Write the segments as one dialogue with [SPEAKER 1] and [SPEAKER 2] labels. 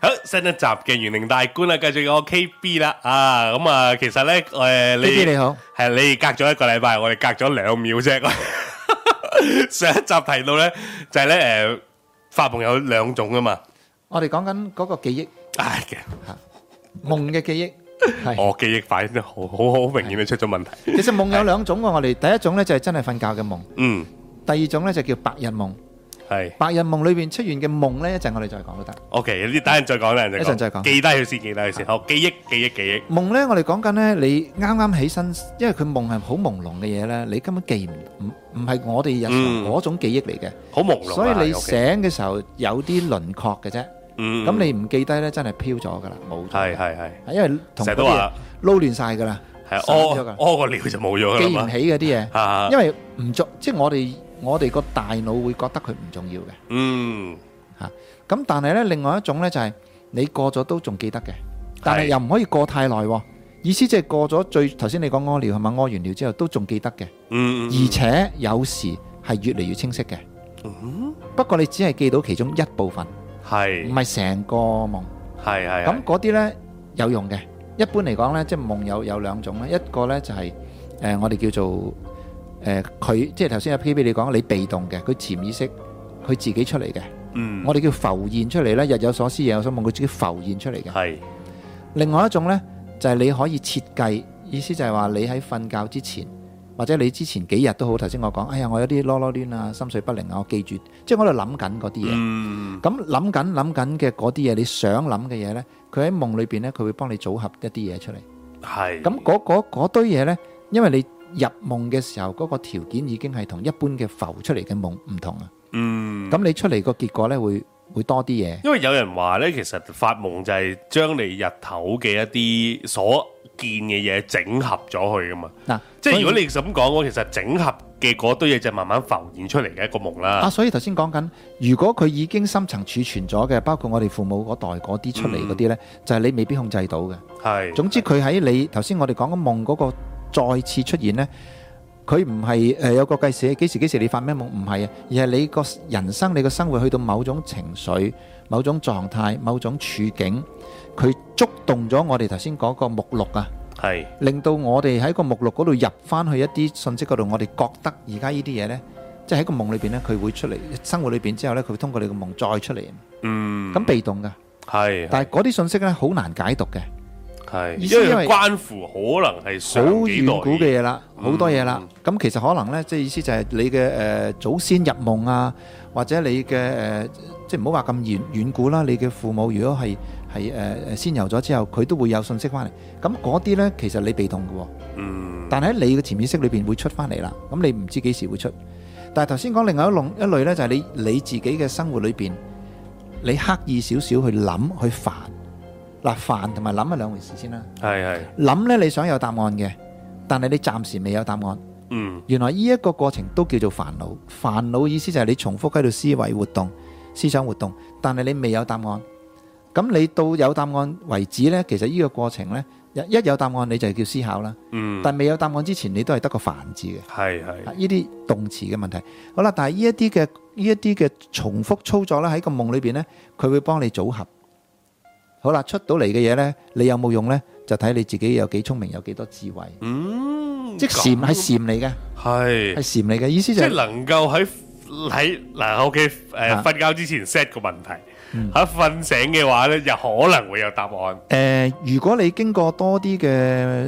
[SPEAKER 1] 好新一集嘅元靈大觀啦，繼續有我 K B 啦，啊咁啊，其實咧，誒、你
[SPEAKER 2] K B 你好，
[SPEAKER 1] 係你隔咗一個禮拜，我哋隔咗兩秒啫。 上一集提到咧，就係咧誒，發夢有兩種噶啊嘛，
[SPEAKER 2] 我哋講緊嗰個 記
[SPEAKER 1] 唉嘅，
[SPEAKER 2] 憶，夢嘅記憶係。
[SPEAKER 1] 我記憶反應真係好好好明顯，你出咗問題。
[SPEAKER 2] 其實夢有兩種喎，我哋第一種咧就係真係瞓覺嘅夢，
[SPEAKER 1] 嗯，
[SPEAKER 2] 第二種咧就叫白日夢。
[SPEAKER 1] 係
[SPEAKER 2] 白日夢裏邊出現嘅夢咧，一陣我哋再講都得。
[SPEAKER 1] OK，呢等陣再講，等陣
[SPEAKER 2] 一陣再講
[SPEAKER 1] 記低佢先，記低佢先。好，記憶，記憶，記憶。
[SPEAKER 2] 夢咧，我哋講緊咧，你啱啱起身，因為佢夢係好朦朧嘅嘢咧，你根本記唔唔唔係我哋日常
[SPEAKER 1] 嗯
[SPEAKER 2] 嗰種記憶嚟嘅，
[SPEAKER 1] 好朦朧啊，
[SPEAKER 2] 所以你
[SPEAKER 1] 有
[SPEAKER 2] 醒
[SPEAKER 1] 嘅
[SPEAKER 2] 嘅時候有啲輪廓嘅啫。
[SPEAKER 1] 嗯，
[SPEAKER 2] 咁你唔記低咧，真係飄咗噶啦，冇咗
[SPEAKER 1] 係係係
[SPEAKER 2] 係因為
[SPEAKER 1] 成
[SPEAKER 2] 同嗰
[SPEAKER 1] 日
[SPEAKER 2] 啲
[SPEAKER 1] 都
[SPEAKER 2] 嘢
[SPEAKER 1] 話
[SPEAKER 2] 撈亂晒噶啦，
[SPEAKER 1] 係
[SPEAKER 2] 散咗
[SPEAKER 1] 屙
[SPEAKER 2] 㗎
[SPEAKER 1] 屙個尿就冇咗
[SPEAKER 2] 記
[SPEAKER 1] 啦
[SPEAKER 2] 唔
[SPEAKER 1] 嘛。
[SPEAKER 2] 起嗰啲
[SPEAKER 1] 啊
[SPEAKER 2] 嘢，因為唔重，即係我哋我哋個大腦會覺得佢唔重要嘅。
[SPEAKER 1] 嗯，
[SPEAKER 2] 咁但係咧，另外一種咧就係你過咗都仲記得嘅，但係
[SPEAKER 1] 係
[SPEAKER 2] 又唔可以過太耐喎。意思即係過咗最頭先你講屙尿係咪？屙完尿之後都仲記得嘅，
[SPEAKER 1] 嗯，嗯
[SPEAKER 2] 而且有時係越嚟越清晰嘅。
[SPEAKER 1] 嗯
[SPEAKER 2] 不過你只係記到其中一部分，唔
[SPEAKER 1] 係
[SPEAKER 2] 係成個夢。
[SPEAKER 1] 係係
[SPEAKER 2] 咁
[SPEAKER 1] 咁
[SPEAKER 2] 嗰啲呢有用嘅。一般嚟講呢，即係夢有有兩種咧，一個呢就係、呃我哋叫做誒佢、即係頭先阿 P B 你講，你被動嘅，佢潛意識佢自己出嚟嘅。
[SPEAKER 1] 嗯
[SPEAKER 2] 我哋叫浮現出嚟咧，日有所思，夜有所夢，佢自己浮現出嚟嘅。
[SPEAKER 1] 係
[SPEAKER 2] 另外一種呢，就係、你可以設計，意思就係話你喺瞓覺之前，或者你之前幾日都好。頭先我講，哎呀，我有啲囉囉攣啊，心水不寧啊，我記住，即係我喺度諗緊嗰啲嘢。
[SPEAKER 1] 嗯
[SPEAKER 2] 咁諗緊諗緊嘅嗰啲嘢，你想諗嘅嘢呢，佢喺夢裏邊呢，佢會幫你組合一啲嘢出嚟。
[SPEAKER 1] 係
[SPEAKER 2] 咁嗰嗰嗰堆嘢呢，因為你入夢嘅時候嗰個條件已經係同一般嘅浮出嚟嘅夢唔同啊。
[SPEAKER 1] 嗯
[SPEAKER 2] 咁你出嚟個結果呢，會會多啲嘢。
[SPEAKER 1] 因為有人話咧，其實發夢就係將你日頭嘅一啲所見嘅嘢整合咗去噶嘛。
[SPEAKER 2] 嗱，
[SPEAKER 1] 即係
[SPEAKER 2] 所以
[SPEAKER 1] 如果你咁講嘅話，其實整合嘅嗰堆嘢就慢慢浮現出嚟嘅一個夢啦
[SPEAKER 2] 啊，。所以頭先講緊，如果佢已經深層儲存咗嘅，包括我哋父母嗰代嗰啲出嚟嗰啲呢，就係你未必控制到嘅。
[SPEAKER 1] 係
[SPEAKER 2] 總之佢喺你頭先我哋講嘅夢嗰個再次出現呢，佢唔係誒有個計時幾時幾時你發咩夢，唔係啊，而係你個人生你個生活去到某種情緒、某種狀態、某種處境，佢觸動咗我哋頭先嗰個目錄啊，
[SPEAKER 1] 係
[SPEAKER 2] 令到我哋喺個目錄嗰度入翻去一啲信息嗰度，我哋覺得而家呢啲嘢呢，即係喺個夢裏邊呢，佢會出嚟，生活裏邊之後呢，佢會通過你個夢再出嚟，
[SPEAKER 1] 嗯
[SPEAKER 2] 咁被動噶，
[SPEAKER 1] 係
[SPEAKER 2] 但係嗰啲信息呢，好難解讀嘅。
[SPEAKER 1] 係，
[SPEAKER 2] 意思因為
[SPEAKER 1] 因為關乎可能係
[SPEAKER 2] 好
[SPEAKER 1] 上幾
[SPEAKER 2] 遠
[SPEAKER 1] 代
[SPEAKER 2] 古嘅嘢啦，
[SPEAKER 1] 嗯
[SPEAKER 2] 好多嘢啦。咁其實可能呢，即係意思就係你嘅誒祖先入夢啊，或者你嘅誒即係唔好話咁遠遠古啦。你嘅父母如果係係誒誒仙遊咗之後，佢都會有信息翻嚟。咁嗰啲呢，其實你被動嘅喎，
[SPEAKER 1] 嗯
[SPEAKER 2] 但係喺你嘅潛意識裏邊會出翻嚟啦。咁你唔知幾時會出。但係頭先講另外一類一類咧，就係你你自己嘅生活裏邊，你刻意少少去諗去煩。嗱，煩同埋諗係兩回事先啦。
[SPEAKER 1] 係係
[SPEAKER 2] 諗呢，你想有答案嘅，但係你暫時未有答案。
[SPEAKER 1] 嗯
[SPEAKER 2] 原來呢一個過程都叫做煩惱。煩惱意思就係你重複喺度思維活動、思想活動，但係你未有答案。咁你到有答案為止呢，其實呢個過程呢，一一有答案你就叫思考啦。
[SPEAKER 1] 嗯
[SPEAKER 2] 但未有答案之前，你都係得個煩字嘅。
[SPEAKER 1] 係係
[SPEAKER 2] 呢啲動詞嘅問題。好啦，但係呢一啲嘅呢一啲嘅重複操作咧，喺個夢裏邊咧，佢會幫你組合。好啦，出到嚟嘅嘢咧，你有冇用咧？就睇你自己有幾聰明，有幾多智慧。
[SPEAKER 1] 嗯
[SPEAKER 2] 即係禪
[SPEAKER 1] 咁
[SPEAKER 2] 係禪嚟嘅，
[SPEAKER 1] 係
[SPEAKER 2] 係禪嚟嘅意思
[SPEAKER 1] 即
[SPEAKER 2] 就
[SPEAKER 1] 係
[SPEAKER 2] 係
[SPEAKER 1] 能夠喺喺嗱屋企誒
[SPEAKER 2] 啊
[SPEAKER 1] 瞓覺之前 set 個問題，喺瞓醒嘅話咧，就可能會有答案。
[SPEAKER 2] 誒，如果你經過多啲嘅，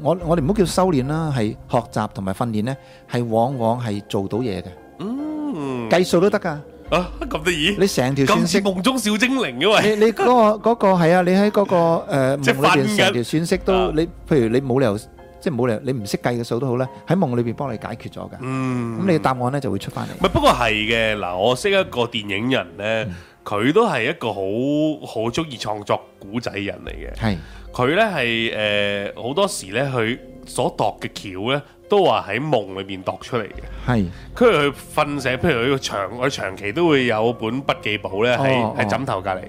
[SPEAKER 2] 我我哋唔好叫修練啦，係學習同埋訓練咧，係往往係做到嘢嘅，
[SPEAKER 1] 嗯
[SPEAKER 2] 計數都得㗎。
[SPEAKER 1] 啊咁得意，
[SPEAKER 2] 你成條
[SPEAKER 1] 咁
[SPEAKER 2] 線
[SPEAKER 1] 似
[SPEAKER 2] 識。
[SPEAKER 1] 夢中小精靈嘅喂，
[SPEAKER 2] 你你 嗰個嗰個係啊，你喺嗰個誒
[SPEAKER 1] 即係
[SPEAKER 2] 夢裏
[SPEAKER 1] 瞓緊
[SPEAKER 2] 邊成條算式都
[SPEAKER 1] 啊
[SPEAKER 2] 你，譬如你冇理由即係冇理由你唔識計嘅數都好啦，喺夢裏邊幫你解決咗㗎。
[SPEAKER 1] 嗯
[SPEAKER 2] 咁你嘅答案咧就會出翻嚟
[SPEAKER 1] 唔。係，不過係嘅。嗱，我識一個電影人咧，佢都係一個好好中意創作古仔人嚟嘅。
[SPEAKER 2] 係
[SPEAKER 1] 佢咧係誒好多時咧，佢所度嘅橋咧，都話喺夢裏邊度出嚟嘅。
[SPEAKER 2] 係
[SPEAKER 1] 跟住佢瞓醒，譬如佢長佢長期都會有本筆記簿咧喺
[SPEAKER 2] 哦
[SPEAKER 1] 喺
[SPEAKER 2] 哦
[SPEAKER 1] 枕頭隔離，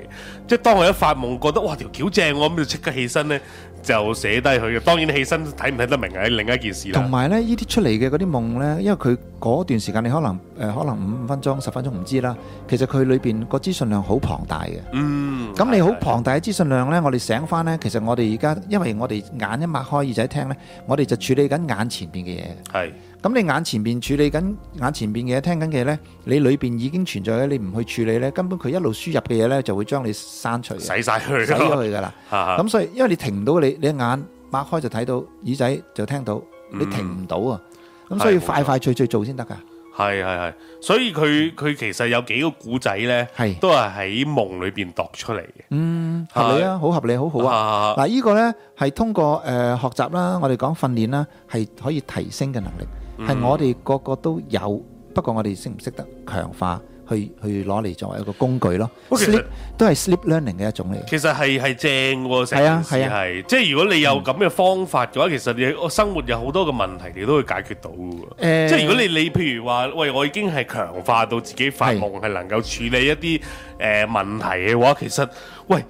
[SPEAKER 1] 即係當佢一發夢覺得哇條橋正喎，咁就即刻起身咧，就寫低佢嘅。當然起身睇唔睇得明係另一件事
[SPEAKER 2] 同
[SPEAKER 1] 啦。
[SPEAKER 2] 埋咧，呢啲出嚟嘅嗰啲夢呢，因為佢嗰段時間你可能誒、呃可能五分鐘、十分鐘唔知啦，其實佢裏邊個資訊量好龐大嘅。
[SPEAKER 1] 嗯，
[SPEAKER 2] 咁你好
[SPEAKER 1] 係
[SPEAKER 2] 龐大嘅資訊量呢，我哋醒翻呢，其實我哋而家因為我哋眼一擘開耳仔聽呢，我哋就處理緊眼前邊嘅嘢。
[SPEAKER 1] 係
[SPEAKER 2] 咁你眼前邊處理緊眼前邊嘅嘢，聽緊嘅嘢呢，你裏邊已經存在嘅，你唔去處理呢，根本佢一路輸入嘅嘢呢，就會將你刪除嘅， 洗
[SPEAKER 1] 洗晒佢
[SPEAKER 2] 咗
[SPEAKER 1] 咯。
[SPEAKER 2] 佢噶啦。
[SPEAKER 1] 嚇嚇
[SPEAKER 2] 咁所以因為你停唔到，你你眼擘開就睇到，耳仔就聽到，你停唔到啊。咁所以
[SPEAKER 1] 係冇錯
[SPEAKER 2] 快快脆脆做先得噶。
[SPEAKER 1] 係係係，所以佢佢其實有幾個古仔咧，
[SPEAKER 2] 係
[SPEAKER 1] 都係喺夢裏邊度出嚟嘅。
[SPEAKER 2] 嗯，合理啊，好合理，好好啊。
[SPEAKER 1] 啊，
[SPEAKER 2] 嗱，呢個呢係通過誒、呃、學習啦，我哋講訓練啦，係可以提升嘅能力，係、我哋個個都有，不過我哋識唔識得強化去去攞嚟作為一個工具咯。
[SPEAKER 1] 喂其實
[SPEAKER 2] sleep 都係 sleep learning 嘅一種嚟嘅。
[SPEAKER 1] 其實係係正喎，成
[SPEAKER 2] 係啊
[SPEAKER 1] 件事
[SPEAKER 2] 係啊
[SPEAKER 1] 係，即係如果你有咁嘅方法嘅話，其實你我生活有好多嘅問題，你都會解決到嘅喎。
[SPEAKER 2] 誒
[SPEAKER 1] 即係如果你你譬如話，喂，我已經係強化到自己發
[SPEAKER 2] 係
[SPEAKER 1] 夢係能夠處理一啲誒、呃、問題嘅話，其實喂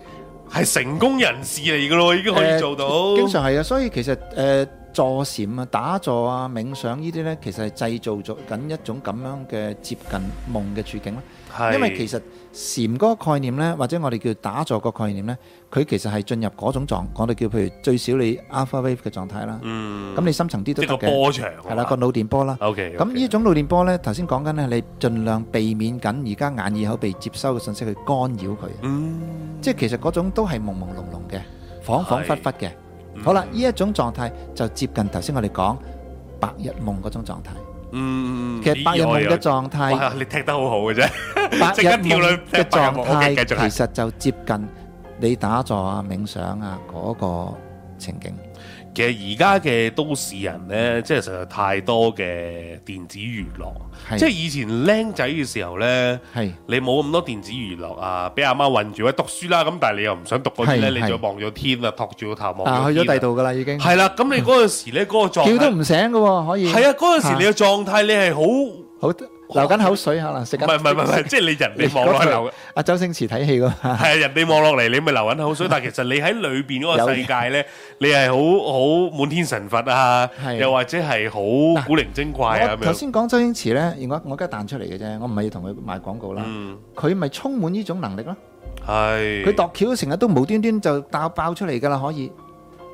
[SPEAKER 1] 係成功人士嚟嘅咯，已經可以做到。
[SPEAKER 2] 經常係嘅，所以其實誒、呃坐禪啊、打坐啊、冥想呢啲呢，其實係製造咗緊一種咁樣嘅接近夢嘅處境啦。
[SPEAKER 1] 係
[SPEAKER 2] 因為其實禪嗰個概念呢，或者我哋叫打坐個概念呢，佢其實係進入嗰種狀，我哋叫譬如最少你 alpha wave 嘅狀態啦。
[SPEAKER 1] 嗯，
[SPEAKER 2] 咁你深層啲
[SPEAKER 1] 即
[SPEAKER 2] 都
[SPEAKER 1] 係
[SPEAKER 2] 得
[SPEAKER 1] 個
[SPEAKER 2] 嘅，
[SPEAKER 1] 波長
[SPEAKER 2] 係啦個腦電波啦。
[SPEAKER 1] O K，
[SPEAKER 2] 咁呢種腦電波呢，頭先講緊呢，你盡量避免緊而家眼耳口鼻接收嘅信息去干擾佢，
[SPEAKER 1] 嗯
[SPEAKER 2] 即係其實嗰種都係朦朦朧朧嘅，恍恍惚惚嘅。
[SPEAKER 1] 嗯
[SPEAKER 2] 好啦，呢一種狀態就接近頭先我哋講白日夢嗰種狀態。
[SPEAKER 1] 嗯，
[SPEAKER 2] 其實白日夢嘅
[SPEAKER 1] 嘅
[SPEAKER 2] 狀態。
[SPEAKER 1] 哇，你踢得好好嘅啫，
[SPEAKER 2] 白日夢
[SPEAKER 1] 即刻跳兩踢白
[SPEAKER 2] 嘅狀態，
[SPEAKER 1] 日夢，OK，繼續係
[SPEAKER 2] 其實就接近你打坐啊、冥想啊嗰個情景。
[SPEAKER 1] 其實而家嘅都市人呢，即係實在太多嘅電子娛樂。
[SPEAKER 2] 係
[SPEAKER 1] 即係以前僆仔嘅時候呢，
[SPEAKER 2] 係
[SPEAKER 1] 你冇咁多電子娛樂啊，俾阿媽韞住，喂讀書啦。咁但係你又唔想讀嗰啲呢，
[SPEAKER 2] 係
[SPEAKER 1] 你
[SPEAKER 2] 係
[SPEAKER 1] 就望咗天啊，托住個頭望
[SPEAKER 2] 啊，去咗
[SPEAKER 1] 天
[SPEAKER 2] 第
[SPEAKER 1] 啊
[SPEAKER 2] 二。度噶啦，已經
[SPEAKER 1] 係啦，咁你嗰陣時呢，嗰個狀
[SPEAKER 2] 叫都
[SPEAKER 1] 態，
[SPEAKER 2] 唔醒嘅喎，可以
[SPEAKER 1] 係啊，嗰陣時你嘅狀態，你係好唔
[SPEAKER 2] 好流緊口水，可能食緊。
[SPEAKER 1] 係唔係唔係唔係，即係你人哋望落去流。
[SPEAKER 2] 阿周星馳睇戲噶嘛，
[SPEAKER 1] 係啊，人哋望落嚟，你咪流緊口水，但係其實你喺裏邊嗰個世界咧，你係好好滿天神佛啊，
[SPEAKER 2] 係
[SPEAKER 1] 又或者係好古靈精怪啊
[SPEAKER 2] 我
[SPEAKER 1] 咁
[SPEAKER 2] 頭
[SPEAKER 1] 樣。
[SPEAKER 2] 先講周星馳咧，而我我梗係彈出嚟嘅啫，我唔係要同佢賣廣告啦。
[SPEAKER 1] 嗯，
[SPEAKER 2] 佢咪充滿呢種能力咯。
[SPEAKER 1] 係。
[SPEAKER 2] 佢度橋成日都無端端就爆爆出嚟㗎啦，可以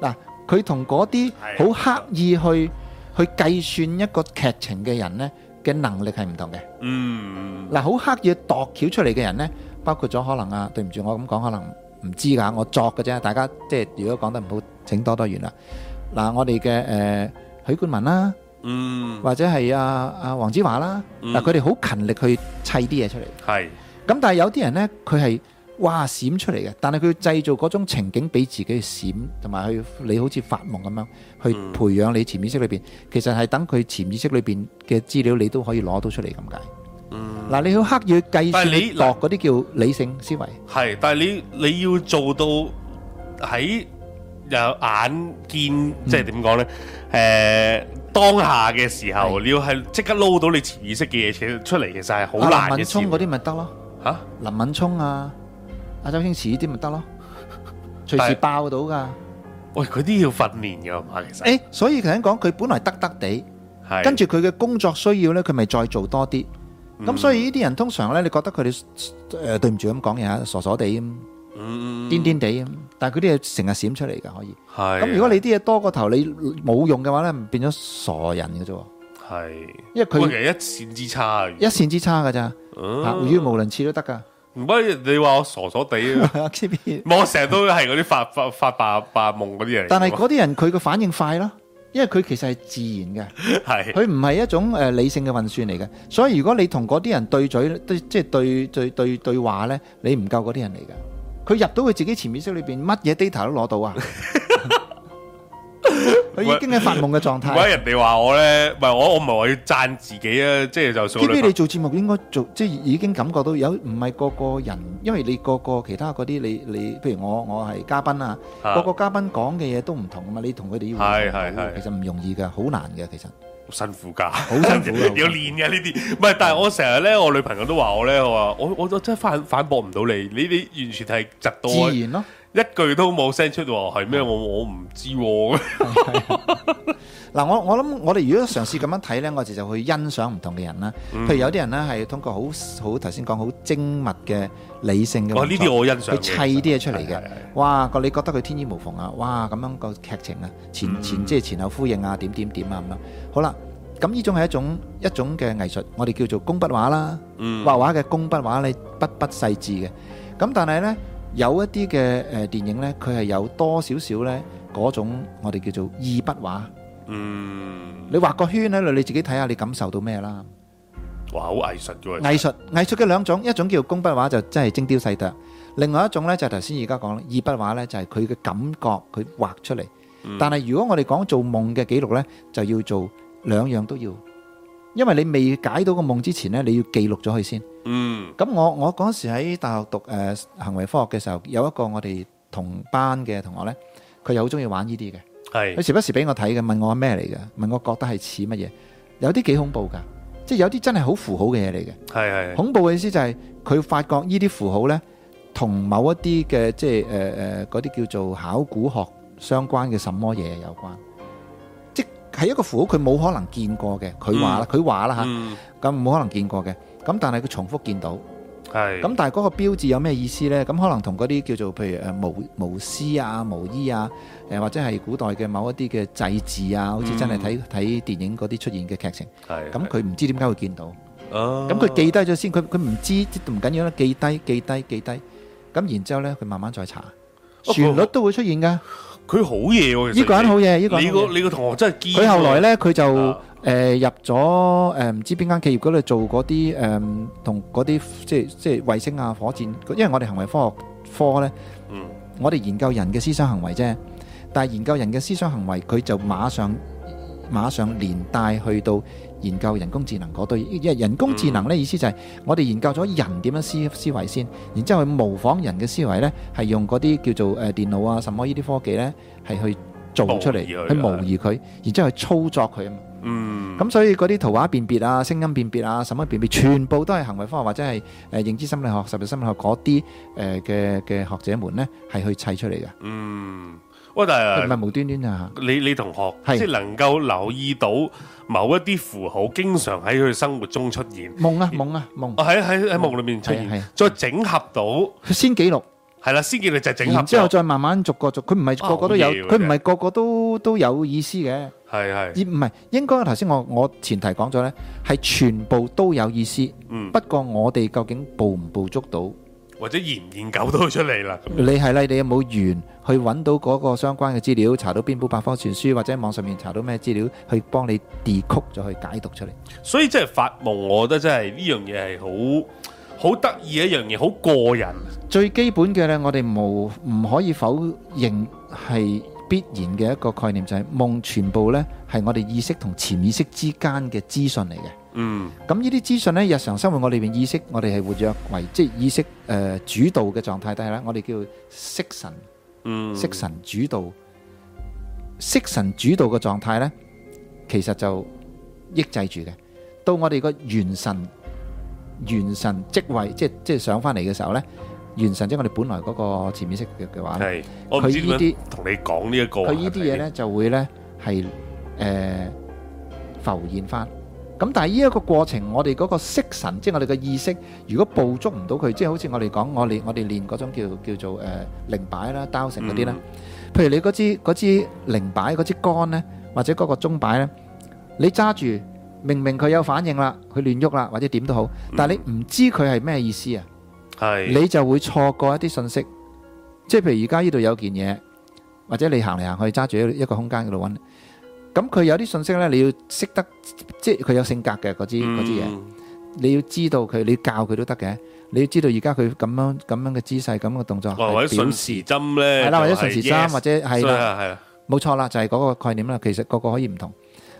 [SPEAKER 2] 嗱，佢同嗰啲好刻意去去計算一個劇情嘅人呢嘅能力係唔同嘅。
[SPEAKER 1] Ừ, 嗯，
[SPEAKER 2] 嗱，好刻意度橋出嚟嘅人呢，包括咗可能啊，對唔住我咁講，可能唔知㗎，我作嘅啫。大家即係如果講得唔好，請多多原諒。嗱，我哋嘅誒許冠文啦，
[SPEAKER 1] 嗯，
[SPEAKER 2] 或者係啊啊黃子華啦，
[SPEAKER 1] 嗯
[SPEAKER 2] 嗱，佢哋好勤力去砌啲嘢出嚟。
[SPEAKER 1] 係
[SPEAKER 2] 咁但係有啲人呢，佢係哇閃出嚟嘅，但係佢要製造嗰種情景俾自己去閃，同埋去你好似發夢咁樣去
[SPEAKER 1] 嗯
[SPEAKER 2] 培養你潛意識裏邊，其實係等佢潛意識裏邊嘅資料，你都可以攞到出嚟咁解。
[SPEAKER 1] 嗯
[SPEAKER 2] 嗱，你要刻意去計
[SPEAKER 1] 但
[SPEAKER 2] 算
[SPEAKER 1] 係你
[SPEAKER 2] 你度嗰啲叫理性思維，啊
[SPEAKER 1] 係，但係你你要做到喺又眼見，即係點講咧？誒，當下嘅時候，
[SPEAKER 2] 係
[SPEAKER 1] 你要係即刻撈到你潛意識嘅嘢其實出嚟，其實係好
[SPEAKER 2] 啊
[SPEAKER 1] 難
[SPEAKER 2] 林
[SPEAKER 1] 嘅
[SPEAKER 2] 敏
[SPEAKER 1] 事
[SPEAKER 2] 聰。嗰啲咪得咯，
[SPEAKER 1] 吓，
[SPEAKER 2] 林敏聰啊，阿周星馳呢啲咪得咯， 隨
[SPEAKER 1] 但
[SPEAKER 2] 時
[SPEAKER 1] 係
[SPEAKER 2] 爆到噶。
[SPEAKER 1] 喂，佢啲要訓練㗎嘛，其實
[SPEAKER 2] 誒，所以頭先講佢本來得得地。
[SPEAKER 1] 係
[SPEAKER 2] 跟住佢嘅工作需要呢，佢咪再做多啲。
[SPEAKER 1] 嗯
[SPEAKER 2] 咁所以呢啲人通常呢，你覺得佢哋誒對唔住咁講嘢啊，傻傻地咁，
[SPEAKER 1] Ừ, 嗯
[SPEAKER 2] 癲癲地咁，但係佢啲嘢成日閃出嚟㗎，可以。
[SPEAKER 1] 係啊
[SPEAKER 2] 咁如果你啲嘢多過頭，你冇用嘅話呢，變咗傻人嘅啫喎。
[SPEAKER 1] 係，
[SPEAKER 2] 因為
[SPEAKER 1] 佢其
[SPEAKER 2] 佢
[SPEAKER 1] 實一線之差啊。
[SPEAKER 2] 一線之差㗎咋，嚇
[SPEAKER 1] 嗯
[SPEAKER 2] 語無倫次都 得㗎。？
[SPEAKER 1] 唔不你話我傻傻地啊
[SPEAKER 2] keep it
[SPEAKER 1] 我成日都係嗰啲發發發白白夢嗰啲人嚟㗎嘛。
[SPEAKER 2] 但係嗰啲人佢嘅反應快咯，因為佢其實係自然嘅。
[SPEAKER 1] 係
[SPEAKER 2] 佢唔係一種誒、呃理性嘅運算嚟嘅，所以如果你同嗰啲人對嘴，對即係對對對對話咧，你唔夠嗰啲人嚟嘅。佢入到佢自己潛意識裏邊，乜嘢 data 都攞 到啊！佢已經喺發夢嘅狀
[SPEAKER 1] 唔係
[SPEAKER 2] 態。
[SPEAKER 1] 人哋話我咧，唔係我我唔係話要讚自己啊，即係就算我
[SPEAKER 2] K B，
[SPEAKER 1] 女
[SPEAKER 2] 你
[SPEAKER 1] 朋
[SPEAKER 2] 做節目應該做，即係已經感覺到有唔係個個人，因為你個個其他嗰啲你你，譬如我我係嘉賓啊，
[SPEAKER 1] 啊
[SPEAKER 2] 個個嘉賓講嘅嘢都唔同啊嘛，你同佢哋要
[SPEAKER 1] 係
[SPEAKER 2] 互動到
[SPEAKER 1] 係係
[SPEAKER 2] 其實唔容易嘅，好難嘅其實。
[SPEAKER 1] 好辛苦㗎，好
[SPEAKER 2] 辛苦㗎
[SPEAKER 1] 要練嘅呢啲。唔係，但係我成日咧，我女朋友都話我咧，我話我我我真係反反駁唔到你，你你完全係窒到我
[SPEAKER 2] 自然咯，
[SPEAKER 1] 一句都冇聲出喎，係咩？我我唔知 喎。
[SPEAKER 2] 嗱，我我諗，我哋如果嘗試咁樣睇呢，我哋就去欣賞唔同嘅人啦。
[SPEAKER 1] 嗯
[SPEAKER 2] 譬如有啲人呢，係通過好好頭先講好精密嘅理性嘅運作，
[SPEAKER 1] 哦呢啲我欣賞嘅
[SPEAKER 2] 去砌啲嘢出嚟
[SPEAKER 1] 係係
[SPEAKER 2] 嘅
[SPEAKER 1] 係。
[SPEAKER 2] 哇，個你覺得佢天衣無縫啊，哇咁樣個劇情啊，前
[SPEAKER 1] 嗯
[SPEAKER 2] 前即係前後呼應啊，點點點啊咁樣。好啦，咁呢種係一種一種嘅藝術，我哋叫做工筆畫啦。
[SPEAKER 1] 嗯
[SPEAKER 2] 畫畫嘅工筆畫你筆筆細緻嘅。咁但係呢，有一啲嘅誒電影呢，佢係有多少少呢嗰種我哋叫做意筆畫。
[SPEAKER 1] 嗯，
[SPEAKER 2] 你畫個圈喺度，你自己睇下你感受到咩啦？
[SPEAKER 1] 哇，好藝術嘅喎，
[SPEAKER 2] 藝術藝術嘅兩種，一種叫工筆畫就真係精雕細琢，另外一種呢，就係頭先而家講啦，意筆畫呢，就係佢嘅感覺佢畫出嚟。但係如果我哋講做夢嘅記錄呢，就要做兩樣都要，因為你未解到個夢之前呢，你要記錄咗佢先。
[SPEAKER 1] 嗯
[SPEAKER 2] 咁我我嗰時喺大學讀誒、呃行為科學嘅時候，有一個我哋同班嘅同學呢，佢又好中意玩呢啲嘅。佢
[SPEAKER 1] 係，
[SPEAKER 2] 時不時俾我睇嘅，問我係咩嚟嘅，問我覺得係似乜嘢，有啲幾恐怖㗎，即係有啲真係好符號嘅嘢嚟嘅。
[SPEAKER 1] 係係，
[SPEAKER 2] 恐怖嘅意思就係佢發覺呢啲符號呢，同某一啲嘅即係誒誒嗰啲叫做考古學相關嘅什麼嘢有關，即係一個符號佢冇可能見過嘅，佢話啦，佢話啦嚇，
[SPEAKER 1] 嗯
[SPEAKER 2] 咁冇可能見過嘅，咁但係佢重複見到。
[SPEAKER 1] 係，
[SPEAKER 2] 咁但係嗰個標誌有咩意思呢？咁可能同嗰啲叫做譬如誒巫巫師啊、巫醫啊，誒或者係古代嘅某一啲嘅祭祀啊，好似真係睇睇電影嗰啲出現嘅劇情，
[SPEAKER 1] 嗯係，哦啊
[SPEAKER 2] 咁佢唔知點解會見到，
[SPEAKER 1] 咁
[SPEAKER 2] 咁佢記低咗先，佢佢唔知唔緊要啦，記低記低記低，咁然之後呢，佢慢慢再查，
[SPEAKER 1] 哦
[SPEAKER 2] 旋律都會出現㗎。
[SPEAKER 1] 佢好嘢喎，其實
[SPEAKER 2] 呢個人好嘢，呢個
[SPEAKER 1] 你
[SPEAKER 2] 人好
[SPEAKER 1] 個
[SPEAKER 2] 嘢。
[SPEAKER 1] 你個同學真係堅喎。
[SPEAKER 2] 佢後來呢，佢就
[SPEAKER 1] 啊
[SPEAKER 2] 誒呃入咗誒唔知邊間企業嗰度做嗰啲誒同嗰啲即係即係衛星啊、火箭，因為我哋行為科學科呢，
[SPEAKER 1] 嗯，
[SPEAKER 2] 我哋研究人嘅思想行為啫，但係研究人嘅思想行為，佢就馬上馬上連帶去到研究人工智能嗰堆，因為人工智能呢
[SPEAKER 1] 嗯
[SPEAKER 2] 意思就係我哋研究咗人點樣思思維先，然之後去模仿人嘅思維呢，係用嗰啲叫做誒電腦啊、什麼呢啲科技呢，係去做
[SPEAKER 1] 模擬
[SPEAKER 2] 出
[SPEAKER 1] 佢
[SPEAKER 2] 嚟，去模擬佢，然之後去操作佢啊嘛。
[SPEAKER 1] 嗯，
[SPEAKER 2] 咁所以嗰啲圖畫辨別啊、聲音辨別啊、什麼辨別，全部都係行為科學或者係誒認知心理學、實際心理學嗰啲誒嘅嘅學者們咧，係去砌出嚟嘅，
[SPEAKER 1] 嗯，喂，但
[SPEAKER 2] 佢唔
[SPEAKER 1] 係
[SPEAKER 2] 係無端端啊
[SPEAKER 1] 你你同學
[SPEAKER 2] 係
[SPEAKER 1] 即係能夠留意到某一啲符號，經常喺佢生活中出現，
[SPEAKER 2] 夢啊夢啊夢，
[SPEAKER 1] 啊喺喺喺夢裏面出
[SPEAKER 2] 係啊係
[SPEAKER 1] 現
[SPEAKER 2] 啊，
[SPEAKER 1] 再整合到，
[SPEAKER 2] 佢先記錄，
[SPEAKER 1] 係啦，先見你就係整合
[SPEAKER 2] 然之後
[SPEAKER 1] 咗，
[SPEAKER 2] 再慢慢逐個逐，佢唔係個個都
[SPEAKER 1] 哦
[SPEAKER 2] 有，
[SPEAKER 1] 好嘢喎
[SPEAKER 2] 佢唔係個個都都有意思嘅，而
[SPEAKER 1] 係係，
[SPEAKER 2] 唔係應該頭先我我前提講咗咧，係全部都有意思，
[SPEAKER 1] 嗯，
[SPEAKER 2] 不過我哋究竟捕唔捕捉到？
[SPEAKER 1] 或者研唔研究到佢出嚟啦，咁
[SPEAKER 2] 你係啦，你有冇緣去揾到嗰個相關嘅資料，查到邊本百科全書，或者網上面查到咩資料，去幫你 decode 咗去解讀出嚟？
[SPEAKER 1] 所以即係發夢，我覺得真係呢樣嘢係好好得意一樣嘢，好過人，
[SPEAKER 2] 最基本嘅呢，我哋無唔可以否認係必然嘅一個概念，就係、夢全部呢係我哋意識同潛意識之間嘅資訊嚟嘅。
[SPEAKER 1] 嗯
[SPEAKER 2] 咁呢啲資訊呢，日常生活我哋邊意識，我哋係活躍為即係意識誒、呃主導嘅狀態底下呢，我哋叫識神。
[SPEAKER 1] 嗯，
[SPEAKER 2] 色神主導，色神主導嘅狀態呢，其實就抑制住嘅。到我哋個元神元神即位，即係即係上翻嚟嘅時候呢，元神即係我哋本來嗰個潛意識嘅嘅話呢，
[SPEAKER 1] 係，我唔知
[SPEAKER 2] 佢
[SPEAKER 1] 點
[SPEAKER 2] 呢啲
[SPEAKER 1] 樣同你講呢一個話
[SPEAKER 2] 佢
[SPEAKER 1] 題，
[SPEAKER 2] 呢啲嘢呢就會呢係誒浮現翻。咁但係呢一個過程，我哋嗰個色神，即係我哋嘅意識，如果捕捉唔到佢，即係好似我哋講，我哋我哋練嗰種叫叫做誒靈擺啦、d o w s i n 嗰啲啦。譬如你嗰支嗰支零擺嗰支杆呢，或者嗰個鐘擺呢，你揸住，明明佢有反應啦，佢亂喐啦，或者點都好，但係你唔知佢係咩意思啊，
[SPEAKER 1] 係，
[SPEAKER 2] 你就會錯過一啲信息。即係譬如而家呢度有件嘢，或者你行嚟行去揸住一個空間嗰度揾，咁佢有啲信息呢，你要識得，即係佢有性格嘅嗰支嗰支嘢。你要知道佢，你要教佢都得嘅。你要知道而家佢咁樣咁樣嘅姿勢、咁嘅動作，
[SPEAKER 1] 或者
[SPEAKER 2] 係表
[SPEAKER 1] 順時針咧，
[SPEAKER 2] 係啦，或者
[SPEAKER 1] 就係
[SPEAKER 2] 順時針
[SPEAKER 1] yes，
[SPEAKER 2] 或者係啦。
[SPEAKER 1] 係啦，
[SPEAKER 2] 冇錯啦，就係、嗰個概念啦。其實個個可以唔同，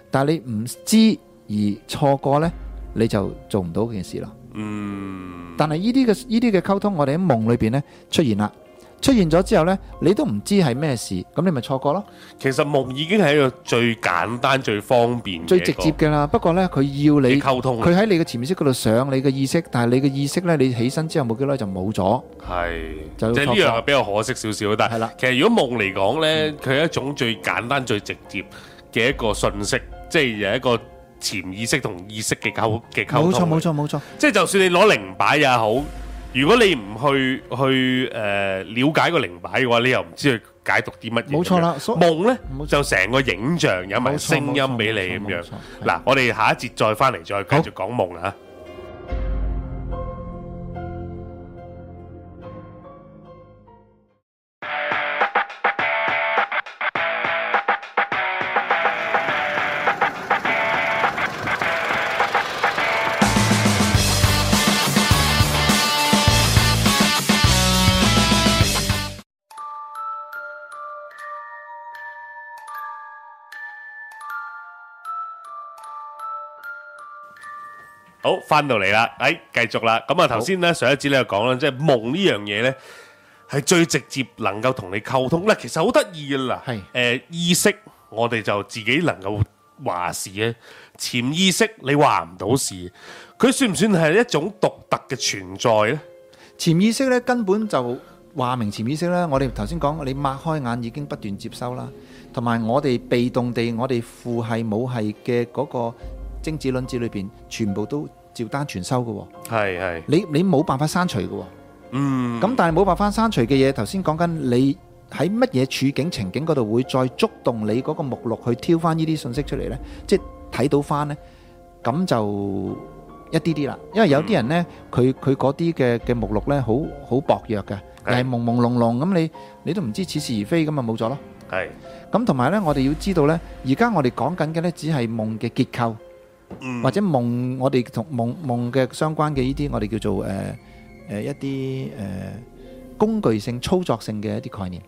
[SPEAKER 2] 但係你唔知而錯過呢，你就做唔到件事啦。
[SPEAKER 1] 嗯，
[SPEAKER 2] 但係呢啲嘅呢啲嘅溝通，我哋喺夢裏邊呢出現啦。出現咗之後呢，你都唔知係咩事，咁你咪錯過咯，
[SPEAKER 1] 其實夢已經係一個最簡單、最方便、
[SPEAKER 2] 最直接。嘅啦。不過呢，佢要
[SPEAKER 1] 你
[SPEAKER 2] 你，
[SPEAKER 1] 溝通
[SPEAKER 2] 佢喺你嘅潛意識嗰度上你嘅意識，但係你嘅意識呢，你起身之後冇幾耐就冇咗。
[SPEAKER 1] 係，即
[SPEAKER 2] 就
[SPEAKER 1] 係呢樣
[SPEAKER 2] 錯過
[SPEAKER 1] 係比較可惜少少，但
[SPEAKER 2] 係啦
[SPEAKER 1] 係其實如果夢嚟講呢，佢係一種最簡單、最直接嘅一個信息，即係有一個潛意識同意識嘅溝嘅溝通。
[SPEAKER 2] 冇錯冇。錯冇錯，
[SPEAKER 1] 即係就算你攞靈擺也好，如果你唔去去誒、呃了解個靈擺嘅話，你又唔知佢解讀啲乜嘢。
[SPEAKER 2] 冇錯啦所以
[SPEAKER 1] 夢呢，
[SPEAKER 2] 冇錯
[SPEAKER 1] 就成個影像有埋
[SPEAKER 2] 冇錯
[SPEAKER 1] 聲
[SPEAKER 2] 冇
[SPEAKER 1] 音
[SPEAKER 2] 錯
[SPEAKER 1] 俾你咁
[SPEAKER 2] 冇錯
[SPEAKER 1] 樣
[SPEAKER 2] 冇錯。
[SPEAKER 1] 嗱，我哋下一節再翻嚟再
[SPEAKER 2] 好
[SPEAKER 1] 繼續講夢啊。好，翻到嚟啦，诶、繼续啦。咁啊，頭先咧上一節咧就講啦，即係夢呢樣嘢咧，係最直接能夠同你溝通咧。其實好得意噶啦，
[SPEAKER 2] 係
[SPEAKER 1] 诶、意識我哋就自己能夠話事嘅，潛意識你話唔到事，佢算唔算係一種獨特嘅存在咧？
[SPEAKER 2] 潛意識呢，根本就話明潛意識啦。我哋頭先講，你擘開眼已經不斷接收啦，同埋我哋被動地，我哋父系母系嘅嗰個精子卵子裏邊，全部都照單全收嘅喎。
[SPEAKER 1] 係係，
[SPEAKER 2] 你你冇辦法刪除嘅喎。
[SPEAKER 1] 嗯，
[SPEAKER 2] 咁但係冇辦法刪除嘅嘢，頭先講緊你喺乜嘢處境情景嗰度會再觸動你嗰個目錄去挑翻呢啲信息出嚟呢？即係睇到翻呢，咁就一啲啲啦。因為有啲人呢，佢佢嗰啲嘅嘅目錄呢，好好薄弱嘅，又係朦朦朧朧咁，你你都唔知似是而非咁啊冇咗咯。
[SPEAKER 1] 係，
[SPEAKER 2] 咁同埋呢，我哋要知道呢，而家我哋講緊嘅呢，只係夢嘅結構。
[SPEAKER 1] 嗯
[SPEAKER 2] 或者夢，我哋同夢夢嘅相關嘅呢啲，我哋叫做誒誒、呃呃一啲誒、呃工具性、操作性嘅一啲概念。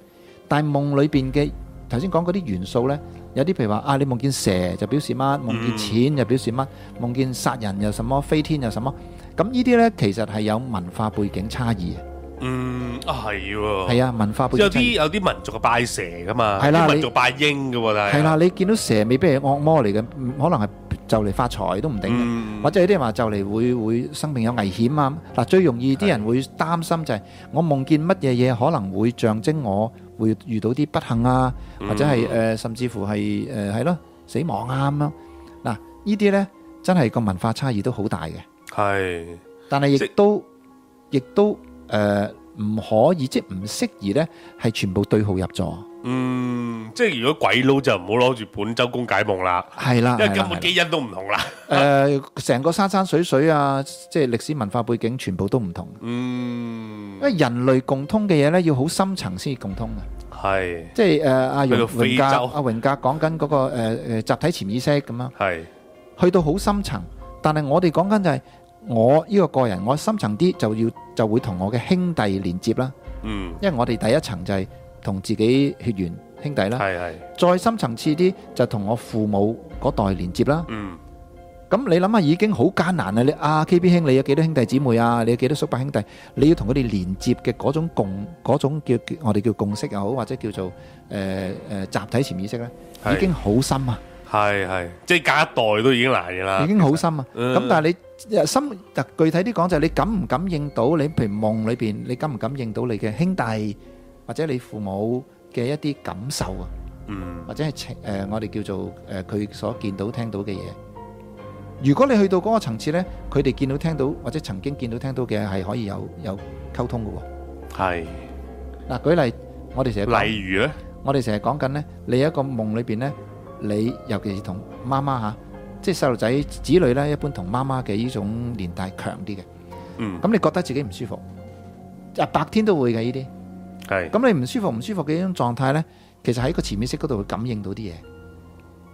[SPEAKER 2] 但係夢裏邊嘅頭先講嗰啲元素呢，有啲譬如話啊，你夢見蛇就表示乜，夢見錢就表示乜，夢見殺人又什麼，飛天又什麼。咁呢啲呢，其實係有文化背景差異嘅。
[SPEAKER 1] 嗯，啊係喎，
[SPEAKER 2] 係啊，文化背
[SPEAKER 1] 有
[SPEAKER 2] 景差
[SPEAKER 1] 啲
[SPEAKER 2] 異。
[SPEAKER 1] 有啲民族係拜蛇噶嘛，
[SPEAKER 2] 係
[SPEAKER 1] 有啲
[SPEAKER 2] 啦
[SPEAKER 1] 民
[SPEAKER 2] 你
[SPEAKER 1] 族拜鷹噶喎，但係
[SPEAKER 2] 係啦，，你見到蛇未必係惡魔嚟嘅，可能係就嚟發財都唔定嘅。
[SPEAKER 1] 嗯
[SPEAKER 2] 或者有啲人話就嚟會會生命有危險啊！嗱，最容易啲人會擔心就係我夢見乜嘢嘢可能會象徵我會遇到啲不幸啊，
[SPEAKER 1] 嗯
[SPEAKER 2] 或者係誒、呃甚至乎係誒係咯死亡啊咁樣。嗱，呢啲呢，真係個文化差異都好大嘅，
[SPEAKER 1] 係。
[SPEAKER 2] 但係亦
[SPEAKER 1] 即
[SPEAKER 2] 都亦都誒唔、呃可以即係唔適宜呢，係全部對號入座。
[SPEAKER 1] 嗯，即係如果鬼佬就唔好攞住本周公解夢啦，
[SPEAKER 2] 係啦，
[SPEAKER 1] 因為
[SPEAKER 2] 係啦
[SPEAKER 1] 根本
[SPEAKER 2] 係啦
[SPEAKER 1] 基因都唔同啦。
[SPEAKER 2] 誒成個山山水水啊，即係歷史文化背景全部都唔同。
[SPEAKER 1] 嗯
[SPEAKER 2] 因，為人類共通嘅嘢咧，要好深層先至共通嘅，
[SPEAKER 1] 係
[SPEAKER 2] 即係誒阿
[SPEAKER 1] 去到
[SPEAKER 2] 榮
[SPEAKER 1] 非
[SPEAKER 2] 榮格
[SPEAKER 1] 洲
[SPEAKER 2] 阿榮格講緊嗰個誒、呃、集體潛意識咁樣，
[SPEAKER 1] 係
[SPEAKER 2] 去到好深層。但係我哋講緊就係我呢個個人，我深層啲就要就會同我嘅兄弟連接啦，
[SPEAKER 1] 嗯，
[SPEAKER 2] 因為我哋第一層就係同自己血緣兄弟啦，
[SPEAKER 1] 係係，
[SPEAKER 2] 再深層次啲就同我父母嗰代連接啦。
[SPEAKER 1] 嗯，
[SPEAKER 2] 咁你諗下已經好艱難啦！你啊 K B 兄，你有幾多兄弟姊妹啊？你有幾多叔伯兄弟？你要同佢哋連接嘅嗰種共嗰種叫叫我哋叫共識又好，或者叫做誒誒、呃呃集體潛意識咧，
[SPEAKER 1] 係
[SPEAKER 2] 已經好深啊，
[SPEAKER 1] 係係，即係隔一代都已經難嘅啦
[SPEAKER 2] 已。經好深啊！
[SPEAKER 1] 嗯
[SPEAKER 2] 咁、但係你呃深特具體啲講就係你感唔感應到你譬如夢裏邊，你感唔感應到你嘅兄弟或者你父母嘅一啲感受啊，
[SPEAKER 1] 嗯，
[SPEAKER 2] 或者係情誒、呃我哋叫做誒佢、所見到聽到嘅嘢。如果你去到嗰個層次呢，佢哋見到聽到或者曾經見到聽到嘅係可以有有溝通嘅喎。
[SPEAKER 1] 係。
[SPEAKER 2] 嗱、舉例，我哋成日講，
[SPEAKER 1] 例如咧，
[SPEAKER 2] 我哋成日講緊呢，你有一個夢裏邊呢，你尤其是同媽媽嚇，即係細路仔子女呢，一般同媽媽嘅呢種連帶強啲嘅。
[SPEAKER 1] 嗯，
[SPEAKER 2] 咁你覺得自己唔舒服，啊白天都會嘅呢啲。
[SPEAKER 1] 係
[SPEAKER 2] 咁你唔舒服唔舒服嘅呢種狀態呢，其實喺個潛意識嗰度會感應到啲嘢。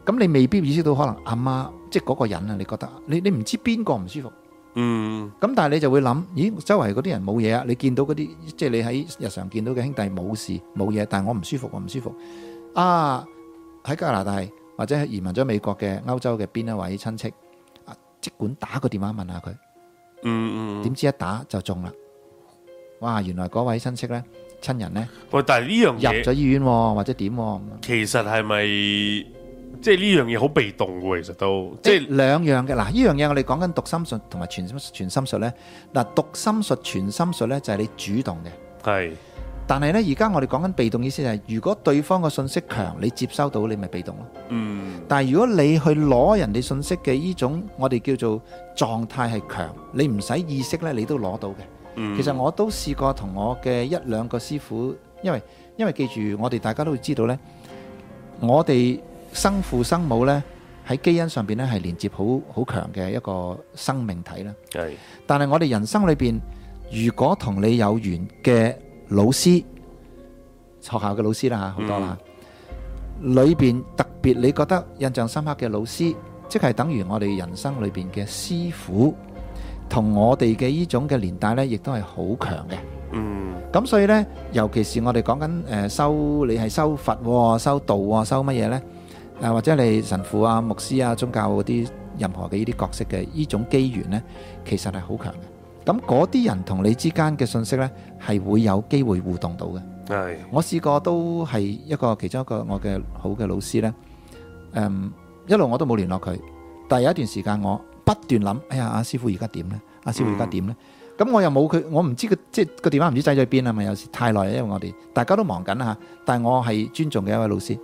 [SPEAKER 2] 咁你未必意識到可能阿媽即係嗰個人啊，你覺得你你唔知邊個唔舒服，
[SPEAKER 1] 嗯
[SPEAKER 2] 咁但係你就會諗，咦周圍嗰啲人冇嘢啊，你見到嗰啲即係你喺日常見到嘅兄弟冇事冇嘢，但係我唔舒服我唔舒服啊！喺加拿大或者係移民咗美國嘅歐洲嘅邊一位親戚啊，即管打個電話問下佢。
[SPEAKER 1] 嗯嗯，
[SPEAKER 2] 點知一打就中啦！哇，原來嗰位親戚呢，親人咧
[SPEAKER 1] 喂，但係呢樣
[SPEAKER 2] 入
[SPEAKER 1] 嘢
[SPEAKER 2] 咗醫院喎，或者點喎？咁
[SPEAKER 1] 其實係咪即係呢樣嘢好被動喎？其實都即
[SPEAKER 2] 即
[SPEAKER 1] 係
[SPEAKER 2] 係兩樣嘅嗱，呢樣嘢我哋講緊讀心術同埋全心全心術咧。嗱，讀心術全心術咧就係你主動嘅，
[SPEAKER 1] 係
[SPEAKER 2] 但係咧而家我哋講緊被動意思就係、如果對方嘅信息強，你接收到你咪被動咯。
[SPEAKER 1] 嗯
[SPEAKER 2] 但係如果你去攞人哋信息嘅呢種我哋叫做狀態係強，你唔使意識咧，你都攞到嘅。
[SPEAKER 1] 嗯，
[SPEAKER 2] 其實我都試過同我嘅一兩個師傅，因為因為記住，我哋大家都會知道呢，我哋生父生母呢，喺基因上邊呢係連接好好強嘅一個生命體啦。
[SPEAKER 1] 係
[SPEAKER 2] 但係我哋人生裏邊，如果同你有緣嘅老師，學校嘅老師啦嚇，好多啦，裏邊特別你覺得印象深刻嘅老師，即係等於我哋人生裏邊嘅師傅，同我哋嘅呢種嘅連帶呢，亦都係好強嘅。
[SPEAKER 1] 嗯
[SPEAKER 2] 咁所以呢，尤其是我哋講緊誒修，你係修佛喎、修道喎、修乜嘢呢？誒、或者你神父啊、牧師啊、宗教嗰啲任何嘅呢啲角色嘅呢種機緣呢，其實係好強嘅。咁嗰啲人同你之間嘅信息呢，係會有機會互動到嘅。
[SPEAKER 1] 係
[SPEAKER 2] 我試過都係一個其中一個我嘅好嘅老師呢。誒、一路我都冇聯絡佢，但係有一段時間我不斷諗，哎呀，阿師傅而家點呢？阿師傅而家點呢？咁、我又冇佢，我唔知佢即係個電話唔知擠咗邊啊咪有時太耐啦，因為我哋大家都忙緊嚇，但係我係尊重嘅一位老師。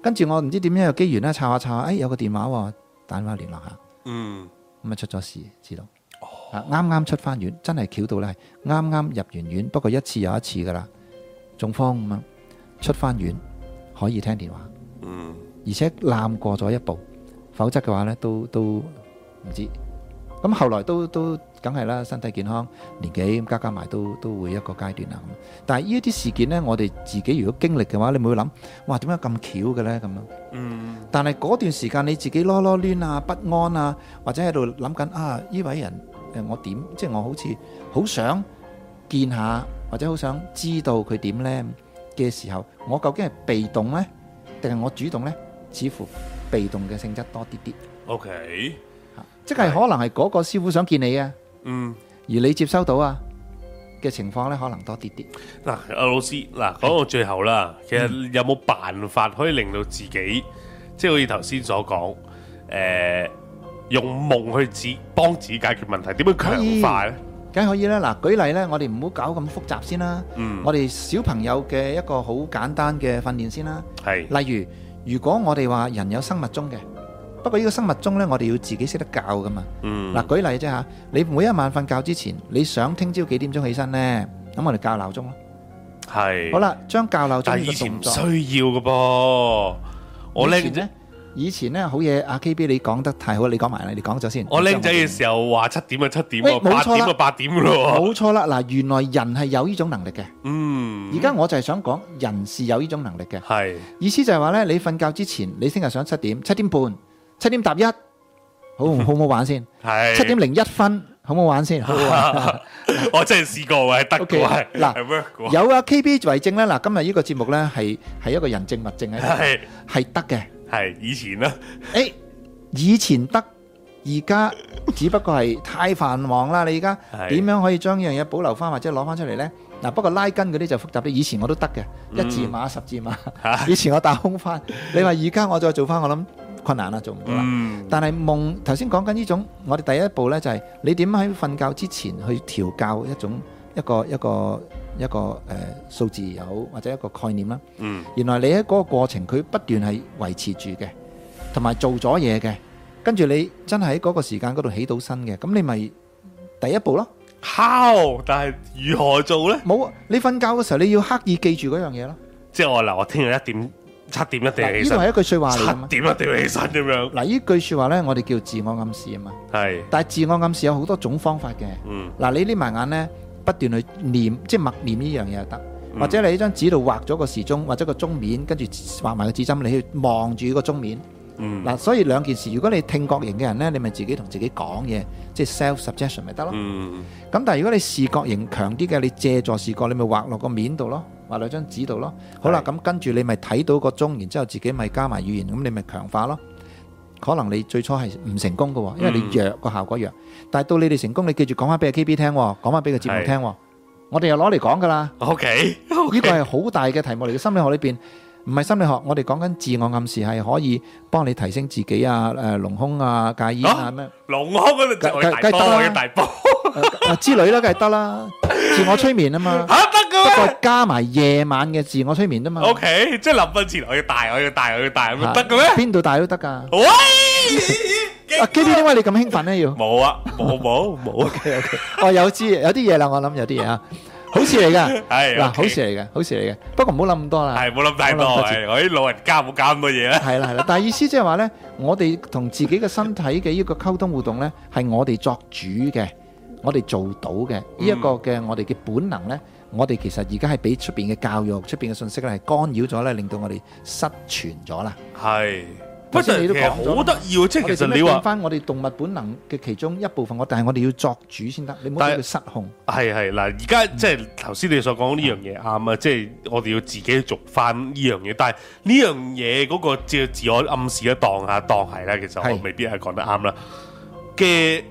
[SPEAKER 2] 跟住我唔知點樣有機緣咧，查下查下，哎有個電話喎，打電話聯絡下。
[SPEAKER 1] 嗯
[SPEAKER 2] 咁啊出咗事，知道。啊啱啱出翻院，真係巧到咧，係啱啱入完院，不過一次又一次噶啦，中風咁樣出翻院可以聽電話，
[SPEAKER 1] 嗯
[SPEAKER 2] 而且攬過咗一步，否則嘅話呢，都都唔知。咁後來都都梗係啦，身體健康、年紀咁加加埋都都會一個階段啦。咁但係呢一啲事件呢，我哋自己如果經歷嘅話，你會諗，哇點解咁巧嘅呢？咁樣。
[SPEAKER 1] 嗯
[SPEAKER 2] 但係嗰段時間你自己囉囉攣啊、不安啊，或者喺度諗緊啊，呢位人誒我點？即係我好似好想見下，或者好想知道佢點呢嘅時候，我究竟係被動呢，定係我主動呢？似乎被動嘅性質多啲啲，
[SPEAKER 1] ，OK，
[SPEAKER 2] 即係可能係嗰個師傅想見你啊，
[SPEAKER 1] 嗯。
[SPEAKER 2] 而你接收到啊嘅情況呢，可能多啲啲。
[SPEAKER 1] 嗱，阿老師，嗱，講到最後啦，其實有冇辦法可以令到自己，即係好似頭先所講，誒、用夢去指幫自己解決問題，點樣強化咧？
[SPEAKER 2] 梗係可以啦。嗱，舉例呢，我哋唔好搞咁複雜先啦。
[SPEAKER 1] 嗯，
[SPEAKER 2] 我哋小朋友嘅一個好簡單嘅訓練先啦。
[SPEAKER 1] 係，
[SPEAKER 2] 例如，如果我哋話人有生物鐘嘅，不過呢個生物鐘呢，我哋要自己識得教噶嘛。
[SPEAKER 1] 嗯，
[SPEAKER 2] 嗱、舉例啫嚇，你每一晚瞓覺之前，你想聽朝幾點鐘起身呢？咁我哋教鬧鐘咯。
[SPEAKER 1] 係，
[SPEAKER 2] 好，啦，將教鬧鐘
[SPEAKER 1] 但
[SPEAKER 2] 呢
[SPEAKER 1] 係
[SPEAKER 2] 個
[SPEAKER 1] 以前
[SPEAKER 2] 動
[SPEAKER 1] 唔
[SPEAKER 2] 作，
[SPEAKER 1] 需要嘅噃，我
[SPEAKER 2] 以
[SPEAKER 1] 僆
[SPEAKER 2] 前
[SPEAKER 1] 仔
[SPEAKER 2] 呢，以前呢，好嘢，阿 K B 你講得太好，你講埋啦，你講咗先。
[SPEAKER 1] 我僆仔嘅時候話七點就七點
[SPEAKER 2] 喂
[SPEAKER 1] 喎，
[SPEAKER 2] 冇
[SPEAKER 1] 八
[SPEAKER 2] 錯啦
[SPEAKER 1] 點就八點嘅咯喎，
[SPEAKER 2] 冇錯啦，嗱，原來人係有呢種能力嘅。
[SPEAKER 1] 嗯，
[SPEAKER 2] 而家我就係想講，人是有呢種能力嘅。
[SPEAKER 1] 係，
[SPEAKER 2] 意思就係話呢，你瞓覺之前，你聽日想七點、七點半、七點踏一，好唔好唔好玩先？
[SPEAKER 1] 係，
[SPEAKER 2] 七點零一分，好唔好玩先？好
[SPEAKER 1] 啊
[SPEAKER 2] 好玩。
[SPEAKER 1] 我真係試過喎，係得嘅
[SPEAKER 2] OK，
[SPEAKER 1] 喎，係
[SPEAKER 2] 嗱
[SPEAKER 1] 係 work 嘅喎，
[SPEAKER 2] 有啊，KB 為證咧。嗱，今日呢個節目咧係係一個人證物證喺度，
[SPEAKER 1] 係
[SPEAKER 2] 係得嘅。
[SPEAKER 1] 係以前啦，
[SPEAKER 2] 誒，以前得，而家只不過係太繁忙啦。你而家
[SPEAKER 1] 係
[SPEAKER 2] 點樣可以將呢樣嘢保留翻或者攞翻出嚟咧？嗱，不過拉筋嗰啲就複雜啲。以前我都得嘅，一字馬、十字馬。以前我打空翻，你話而家我再做翻，我諗困難啦，做唔到啦。
[SPEAKER 1] 嗯，
[SPEAKER 2] 但係夢頭先講緊呢種，我哋第一步呢，就係、你點喺瞓覺之前去調教一種一個一個一個誒、呃、數字又好，或者一個概念啦。
[SPEAKER 1] 嗯，
[SPEAKER 2] 原來你喺嗰個過程，佢不斷係維持住嘅，同埋做咗嘢嘅，跟住你真係喺嗰個時間嗰度起到身嘅，咁你咪第一步咯。
[SPEAKER 1] how，但係如何做咧？
[SPEAKER 2] 冇啊，你瞓覺嘅時候你要刻意記住嗰樣嘢咯。
[SPEAKER 1] 即係我嗱，我聽日一點七點一定要
[SPEAKER 2] 嗱
[SPEAKER 1] 起
[SPEAKER 2] 呢度
[SPEAKER 1] 身，
[SPEAKER 2] 係一句説話嚟㗎嘛。
[SPEAKER 1] 七點一定要起身咁樣，
[SPEAKER 2] 嗱，呢句説話呢，我哋叫自我暗示啊嘛。
[SPEAKER 1] 係，
[SPEAKER 2] 但係自我暗示有好多種方法嘅。
[SPEAKER 1] 嗯，
[SPEAKER 2] 嗱，你匿埋眼呢，不斷去念，即係默念呢樣嘢就得。或者你喺張紙度畫咗個時鐘，或者個鐘面，跟住畫埋個指針，你去望住個鐘面。
[SPEAKER 1] 嗯，
[SPEAKER 2] 嗱，所以兩件事，如果你聽覺型嘅人呢，你咪自己同自己講嘢，即係 self suggestion 咪得咯。咁、
[SPEAKER 1] 嗯，
[SPEAKER 2] 但係如果你視覺型強啲嘅，你借助視覺，你咪畫落個面度咯，畫落張紙度咯。好啦，咁跟住你咪睇到個鐘，然之後自己咪加埋語言，咁你咪強化咯。可能你最初係唔成功嘅喎，因為你弱個效果弱。但係到你哋成功，你記住講翻俾阿 KB 聽喎，講翻俾個節目聽喎，我哋又攞嚟講噶啦。
[SPEAKER 1] O K，
[SPEAKER 2] 呢個係好大嘅題目嚟嘅心理學裏邊，唔係心理學，我哋講緊自我暗示係可以幫你提升自己啊，誒隆胸啊、戒煙啊
[SPEAKER 1] 啊
[SPEAKER 2] 咩
[SPEAKER 1] 龍康嗰度就係大
[SPEAKER 2] 梗
[SPEAKER 1] 波
[SPEAKER 2] 梗梗得啦
[SPEAKER 1] 嘅大波，
[SPEAKER 2] 誒誒之類啦，梗係得啦，自我催眠 啊嘛，
[SPEAKER 1] 吓得
[SPEAKER 2] 不
[SPEAKER 1] 嘅咩
[SPEAKER 2] 過加埋夜晚嘅自我催眠啊啫嘛，
[SPEAKER 1] ？O K，即係臨瞓前我要大，我要大，我要大，咁
[SPEAKER 2] 嚇
[SPEAKER 1] 樣得嘅 咩？
[SPEAKER 2] 邊度大都得㗎。
[SPEAKER 1] 喂，
[SPEAKER 2] 阿 K D，點解你咁興奮咧？要
[SPEAKER 1] 冇啊，冇冇冇啊，
[SPEAKER 2] 我有知有啲嘢啦，我諗有啲嘢啊，好事嚟㗎，
[SPEAKER 1] 係
[SPEAKER 2] 嗱，
[SPEAKER 1] OK
[SPEAKER 2] 好事嚟嘅，好事嚟嘅。不過唔好諗咁多啦，
[SPEAKER 1] 係冇諗太多，
[SPEAKER 2] 冇諗太
[SPEAKER 1] 係我啲老人家冇搞咁多嘢啦。
[SPEAKER 2] 係啦係啦。但係意思即係話咧，我哋同自己嘅身體嘅呢個溝通互動咧，係我哋作主嘅，我哋做到嘅呢一個
[SPEAKER 1] 嗯
[SPEAKER 2] 嘅我哋嘅本能咧，我哋其實而家係俾出邊嘅教育、出邊嘅信息咧係干擾咗咧，令到我哋失傳咗啦。
[SPEAKER 1] 係，不
[SPEAKER 2] 頭
[SPEAKER 1] 過
[SPEAKER 2] 先你
[SPEAKER 1] 其
[SPEAKER 2] 都
[SPEAKER 1] 實
[SPEAKER 2] 講咗
[SPEAKER 1] 好得意喎，即係
[SPEAKER 2] 我
[SPEAKER 1] 其
[SPEAKER 2] 哋點
[SPEAKER 1] 實
[SPEAKER 2] 樣
[SPEAKER 1] 你
[SPEAKER 2] 變
[SPEAKER 1] 話
[SPEAKER 2] 翻我哋動物本能嘅其中一部分，我但係我哋要作主先得，你唔好俾
[SPEAKER 1] 但係
[SPEAKER 2] 佢失控。
[SPEAKER 1] 係係嗱，而家即係頭先你所講呢樣嘢啱啊，即係我哋要自己做翻呢樣嘢，但係呢樣嘢嗰個自自我暗示咧，當下當係啦，其實我
[SPEAKER 2] 係
[SPEAKER 1] 未必係講得啱啦嘅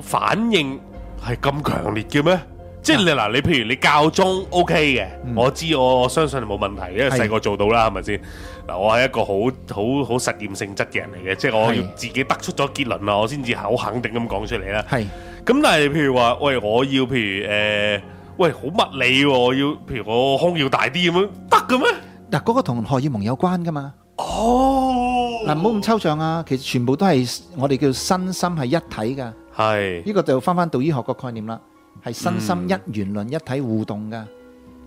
[SPEAKER 1] 反應係咁強烈嘅咩？即係你嗱，你譬如你教鐘 OK 嘅，我知我我相信你冇問題，因為
[SPEAKER 2] 係
[SPEAKER 1] 細個做到啦，係咪先？嗱，我係一個好好好實驗性質嘅人嚟嘅，即係我要
[SPEAKER 2] 係
[SPEAKER 1] 自己得出咗結論啦，我先至好肯定咁講出嚟啦。
[SPEAKER 2] 係
[SPEAKER 1] 咁但係譬如話，喂，我要譬如誒、呃喂，好物理喎、我要譬如我胸要大啲咁樣，得嘅咩？
[SPEAKER 2] 嗱，嗰個同荷爾蒙有關㗎嘛。
[SPEAKER 1] 哦，
[SPEAKER 2] 嗱，唔好咁抽象啊！其實全部都係我哋叫身心係一體㗎。
[SPEAKER 1] 係
[SPEAKER 2] 呢個就翻翻道醫學個概念啦，係身心一元論一體互動㗎。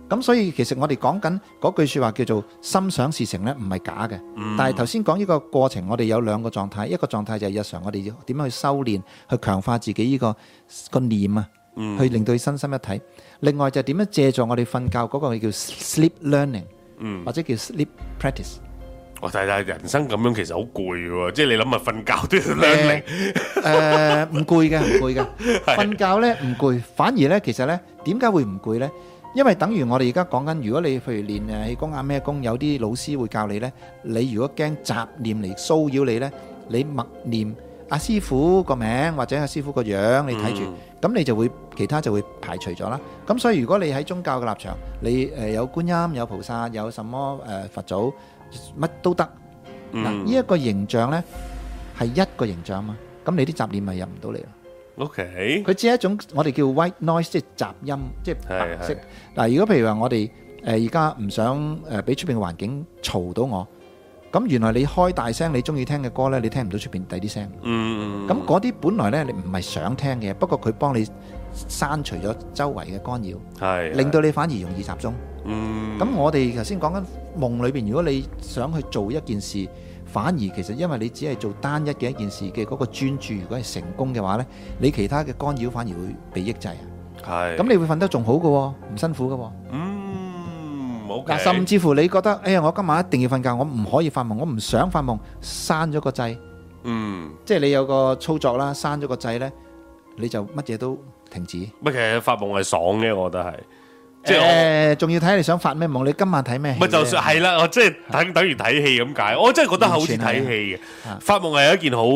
[SPEAKER 2] 咁所以其實我哋講緊嗰句説話叫做心想事成呢，唔係假嘅。但係頭先講呢個過程，我哋有兩個狀態，一個狀態就係日常我哋要點樣去修練，去強化自己呢、個個念啊，去令到佢身心一體。另外就係點樣借助我哋瞓覺嗰個叫 sleep learning，、或者叫 sleep practice。
[SPEAKER 1] 我睇睇人生咁樣其實好攰嘅喎，即係你諗下瞓覺都要兩
[SPEAKER 2] 誒
[SPEAKER 1] 零，
[SPEAKER 2] 誒唔攰嘅，唔攰嘅。瞓覺咧唔攰，反而咧其實咧點解會唔攰咧？因為等於我哋而家講緊，如果你譬如練誒氣功啊咩功，有啲老師會教你咧，你如果驚雜念嚟騷擾你咧，你默念阿師傅個名或者阿師傅個樣，你睇
[SPEAKER 1] Ừ.
[SPEAKER 2] 住，咁你就會其他就會排除咗啦。咁所以如果你喺宗教嘅立場，你誒有觀音、有菩薩、有什麼誒佛祖，乜都得。嗱，呢一個形象咧係一個形象嘛，咁你啲雜念咪入唔到嚟咯。
[SPEAKER 1] OK，
[SPEAKER 2] 佢只係一種我哋叫 white noise，即係雜音，即係白色
[SPEAKER 1] 係。
[SPEAKER 2] 嗱，如果譬如話我哋誒而家唔想誒俾出邊嘅環境嘈到我，咁原來你開大聲你中意聽嘅歌咧，你聽唔到出邊第啲聲。
[SPEAKER 1] 嗯，
[SPEAKER 2] 咁嗰啲本來咧你唔係想聽嘅，不過佢幫你刪除咗周圍嘅干擾，
[SPEAKER 1] 係
[SPEAKER 2] 令到你反而容易集中。
[SPEAKER 1] 嗯
[SPEAKER 2] 咁我哋頭先講緊夢裏邊，如果你想去做一件事，反而其實因為你只係做單一嘅一件事嘅嗰個專注，如果係成功嘅話呢，你其他嘅干擾反而會被抑制啊。
[SPEAKER 1] 係
[SPEAKER 2] 咁你會瞓得仲好嘅喎，唔辛苦嘅喎。
[SPEAKER 1] 嗯 OK，
[SPEAKER 2] 嗱，甚至乎你覺得，哎呀，我今晚一定要瞓覺，我唔可以發夢，我唔想發夢，閂咗個掣，
[SPEAKER 1] 嗯，
[SPEAKER 2] 即係你有個操作啦，閂咗個掣呢，你就乜嘢都停止。
[SPEAKER 1] 乜其實發夢係爽嘅，我覺得係，即係我。
[SPEAKER 2] 誒，仲要睇你想發咩夢，你今晚睇咩 戲
[SPEAKER 1] 咪
[SPEAKER 2] 呢？
[SPEAKER 1] 就算係啦，我即係等等於睇戲咁解，我真係覺得好似睇戲嘅。
[SPEAKER 2] 啊
[SPEAKER 1] 發夢係一件好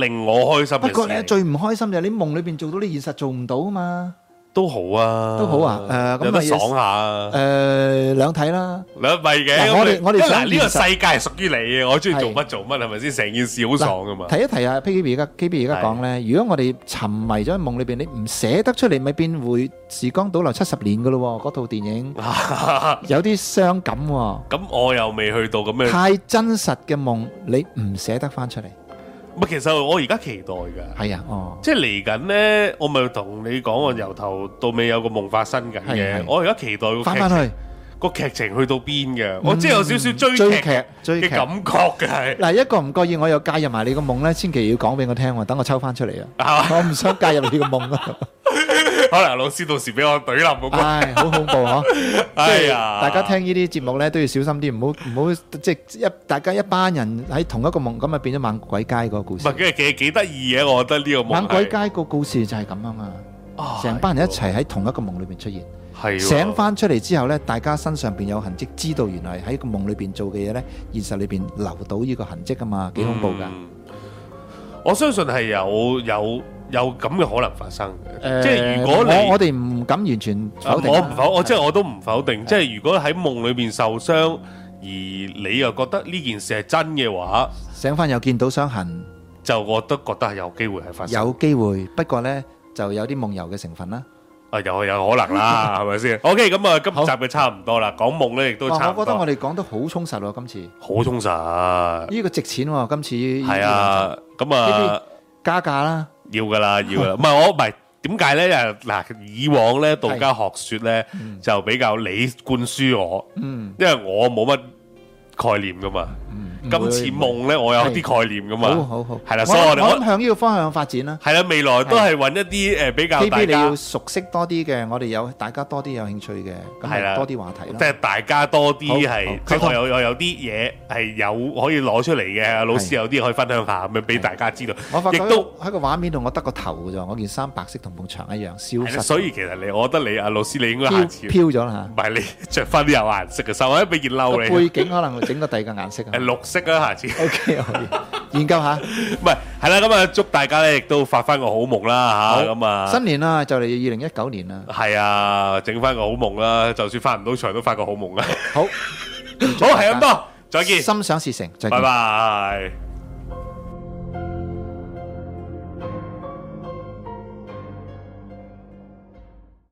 [SPEAKER 1] 令我開心
[SPEAKER 2] 不過
[SPEAKER 1] 嘅
[SPEAKER 2] 咧，
[SPEAKER 1] 事
[SPEAKER 2] 最唔開心就係你夢裏邊做到你現實做唔到啊嘛。
[SPEAKER 1] 都好啊，
[SPEAKER 2] 都好啊誒咁
[SPEAKER 1] 有得
[SPEAKER 2] 咪有
[SPEAKER 1] 爽下啊。
[SPEAKER 2] 誒兩睇啦，
[SPEAKER 1] 兩咪嘅，
[SPEAKER 2] 嗱
[SPEAKER 1] 咁
[SPEAKER 2] 我哋
[SPEAKER 1] 你
[SPEAKER 2] 我哋
[SPEAKER 1] 因為
[SPEAKER 2] 想
[SPEAKER 1] 嗱呢個
[SPEAKER 2] 現實
[SPEAKER 1] 世界係屬於你嘅，我中意
[SPEAKER 2] 係
[SPEAKER 1] 做乜做乜係咪先？成件事好
[SPEAKER 2] 嗱
[SPEAKER 1] 爽噶嘛。
[SPEAKER 2] 提一提啊，P K B 而家 K B 而家講咧，如果我哋沉迷咗喺夢裏邊，你唔捨得出嚟，咪變回時光倒流七十年噶咯喎！嗰套電影
[SPEAKER 1] Vâng.
[SPEAKER 2] 有啲傷感喎，
[SPEAKER 1] 咁我又未去到咁樣，
[SPEAKER 2] 太真實嘅夢，你唔捨得翻出嚟。
[SPEAKER 1] 咪其實我而家期待㗎。
[SPEAKER 2] 係啊，哦，
[SPEAKER 1] 即係嚟緊咧，我咪同你講，我由頭到尾有個夢發生緊
[SPEAKER 2] 係
[SPEAKER 1] 嘅
[SPEAKER 2] 係。
[SPEAKER 1] 我而家期待個
[SPEAKER 2] 翻
[SPEAKER 1] 劇
[SPEAKER 2] 翻去
[SPEAKER 1] 個劇情去到邊嘅，我即係有少少追
[SPEAKER 2] 追
[SPEAKER 1] 劇
[SPEAKER 2] 劇追劇
[SPEAKER 1] 嘅。感覺嘅係。
[SPEAKER 2] 嗱，一個唔覺意我又介入埋你個夢咧，千祈要講俾我聽喎，等我抽翻出嚟啊！我唔想介入你個夢啊！
[SPEAKER 1] 可能老師到時俾我懟冧嗰個，
[SPEAKER 2] 唉，好恐怖嗬！
[SPEAKER 1] 哎
[SPEAKER 2] 即係
[SPEAKER 1] 呀，
[SPEAKER 2] 大家聽呢啲節目咧都要小心啲，唔好唔好即係一大家一班人喺同一個夢，咁啊變咗猛鬼街個故
[SPEAKER 1] 唔
[SPEAKER 2] 事
[SPEAKER 1] 係。佢係幾幾得意嘅，我覺得呢個夢
[SPEAKER 2] 猛鬼
[SPEAKER 1] 係
[SPEAKER 2] 街個故事就係咁啊嘛，
[SPEAKER 1] 啊
[SPEAKER 2] 成班人一齊喺同一個夢裏邊出現，
[SPEAKER 1] 係喎
[SPEAKER 2] 醒，翻出嚟之後咧，大家身上邊有痕跡，知道原來喺個夢裏邊做嘅嘢咧，現實裏邊留到呢個痕跡啊嘛，幾恐怖噶！
[SPEAKER 1] 嗯我相信係有有有咁嘅可能發生嘅。
[SPEAKER 2] 誒
[SPEAKER 1] 即係如果你
[SPEAKER 2] 我我哋唔敢完全否定
[SPEAKER 1] 我
[SPEAKER 2] 啦
[SPEAKER 1] 唔否，我即係我都唔否定。即係如果喺夢裏邊受傷，而你又覺得呢件事係真嘅話，
[SPEAKER 2] 醒翻又見到傷痕，
[SPEAKER 1] 就我都覺得係有機會係發生。
[SPEAKER 2] 有機會，不過呢，就有啲夢遊嘅成分啦。
[SPEAKER 1] 啊，有有可能啦，係咪先？OK，咁啊，今
[SPEAKER 2] 好
[SPEAKER 1] 集嘅差唔多啦，講夢咧亦都差
[SPEAKER 2] 哇
[SPEAKER 1] 唔
[SPEAKER 2] 我覺得我
[SPEAKER 1] 多，
[SPEAKER 2] 哋講得好充實喎，今次呢
[SPEAKER 1] 好充實，
[SPEAKER 2] 個值錢喎，今次呢
[SPEAKER 1] 係啊，咁啊
[SPEAKER 2] 呢。加價啦，
[SPEAKER 1] 要噶啦，要 噶啦。唔係我唔係點解咧？因為嗱，以往咧道家學説咧
[SPEAKER 2] 嗯
[SPEAKER 1] 就比較你灌輸我，因為我冇乜概念噶嘛。
[SPEAKER 2] 嗯
[SPEAKER 1] 今次夢咧，我有啲概念噶
[SPEAKER 2] 好
[SPEAKER 1] 嘛。
[SPEAKER 2] 好好，
[SPEAKER 1] 係啦，所以我哋
[SPEAKER 2] 我
[SPEAKER 1] 我
[SPEAKER 2] 諗向呢個方向發展啦。
[SPEAKER 1] 係啦，未來都係揾一啲誒比較
[SPEAKER 2] K
[SPEAKER 1] 大
[SPEAKER 2] B 你要
[SPEAKER 1] 家
[SPEAKER 2] 熟悉多啲嘅，我哋有大家多啲有興趣嘅，咁
[SPEAKER 1] 係啦
[SPEAKER 2] 咪多啲話題
[SPEAKER 1] 即
[SPEAKER 2] 啦。
[SPEAKER 1] 係大家多
[SPEAKER 2] 好
[SPEAKER 1] 啲係
[SPEAKER 2] 好，
[SPEAKER 1] 即係我
[SPEAKER 2] 溝通
[SPEAKER 1] 有我有啲嘢係有可以攞出嚟嘅，老師
[SPEAKER 2] 係
[SPEAKER 1] 有啲可以分享下咁樣俾大家知道
[SPEAKER 2] 我發，
[SPEAKER 1] 亦
[SPEAKER 2] 覺
[SPEAKER 1] 都。
[SPEAKER 2] 喺個畫面度，我得個頭嘅啫，我件衫白色同埲牆一樣消
[SPEAKER 1] 係啦
[SPEAKER 2] 失，
[SPEAKER 1] 所以其實你，我覺得你阿啊老師，你應該下
[SPEAKER 2] 飄
[SPEAKER 1] 次
[SPEAKER 2] 飄咗啦
[SPEAKER 1] 唔係你着翻啲有顏色嘅衫，或者俾件
[SPEAKER 2] 嚇。個
[SPEAKER 1] 褸你
[SPEAKER 2] 背。景可能整個第二個顏色
[SPEAKER 1] 誒
[SPEAKER 2] 啊。
[SPEAKER 1] 綠色啦，下次
[SPEAKER 2] O K，可以研究下。
[SPEAKER 1] 唔係係啦，咁啊祝大家咧亦都發翻個好夢啦嚇，咁啊
[SPEAKER 2] 新年啦，就嚟二零一九年啦。
[SPEAKER 1] 係啊，整翻個好夢啦，就算翻唔到場都發 個好夢啦。
[SPEAKER 2] 好，
[SPEAKER 1] 好係咁多，再見，
[SPEAKER 2] 心想事成，再見
[SPEAKER 1] 拜。拜。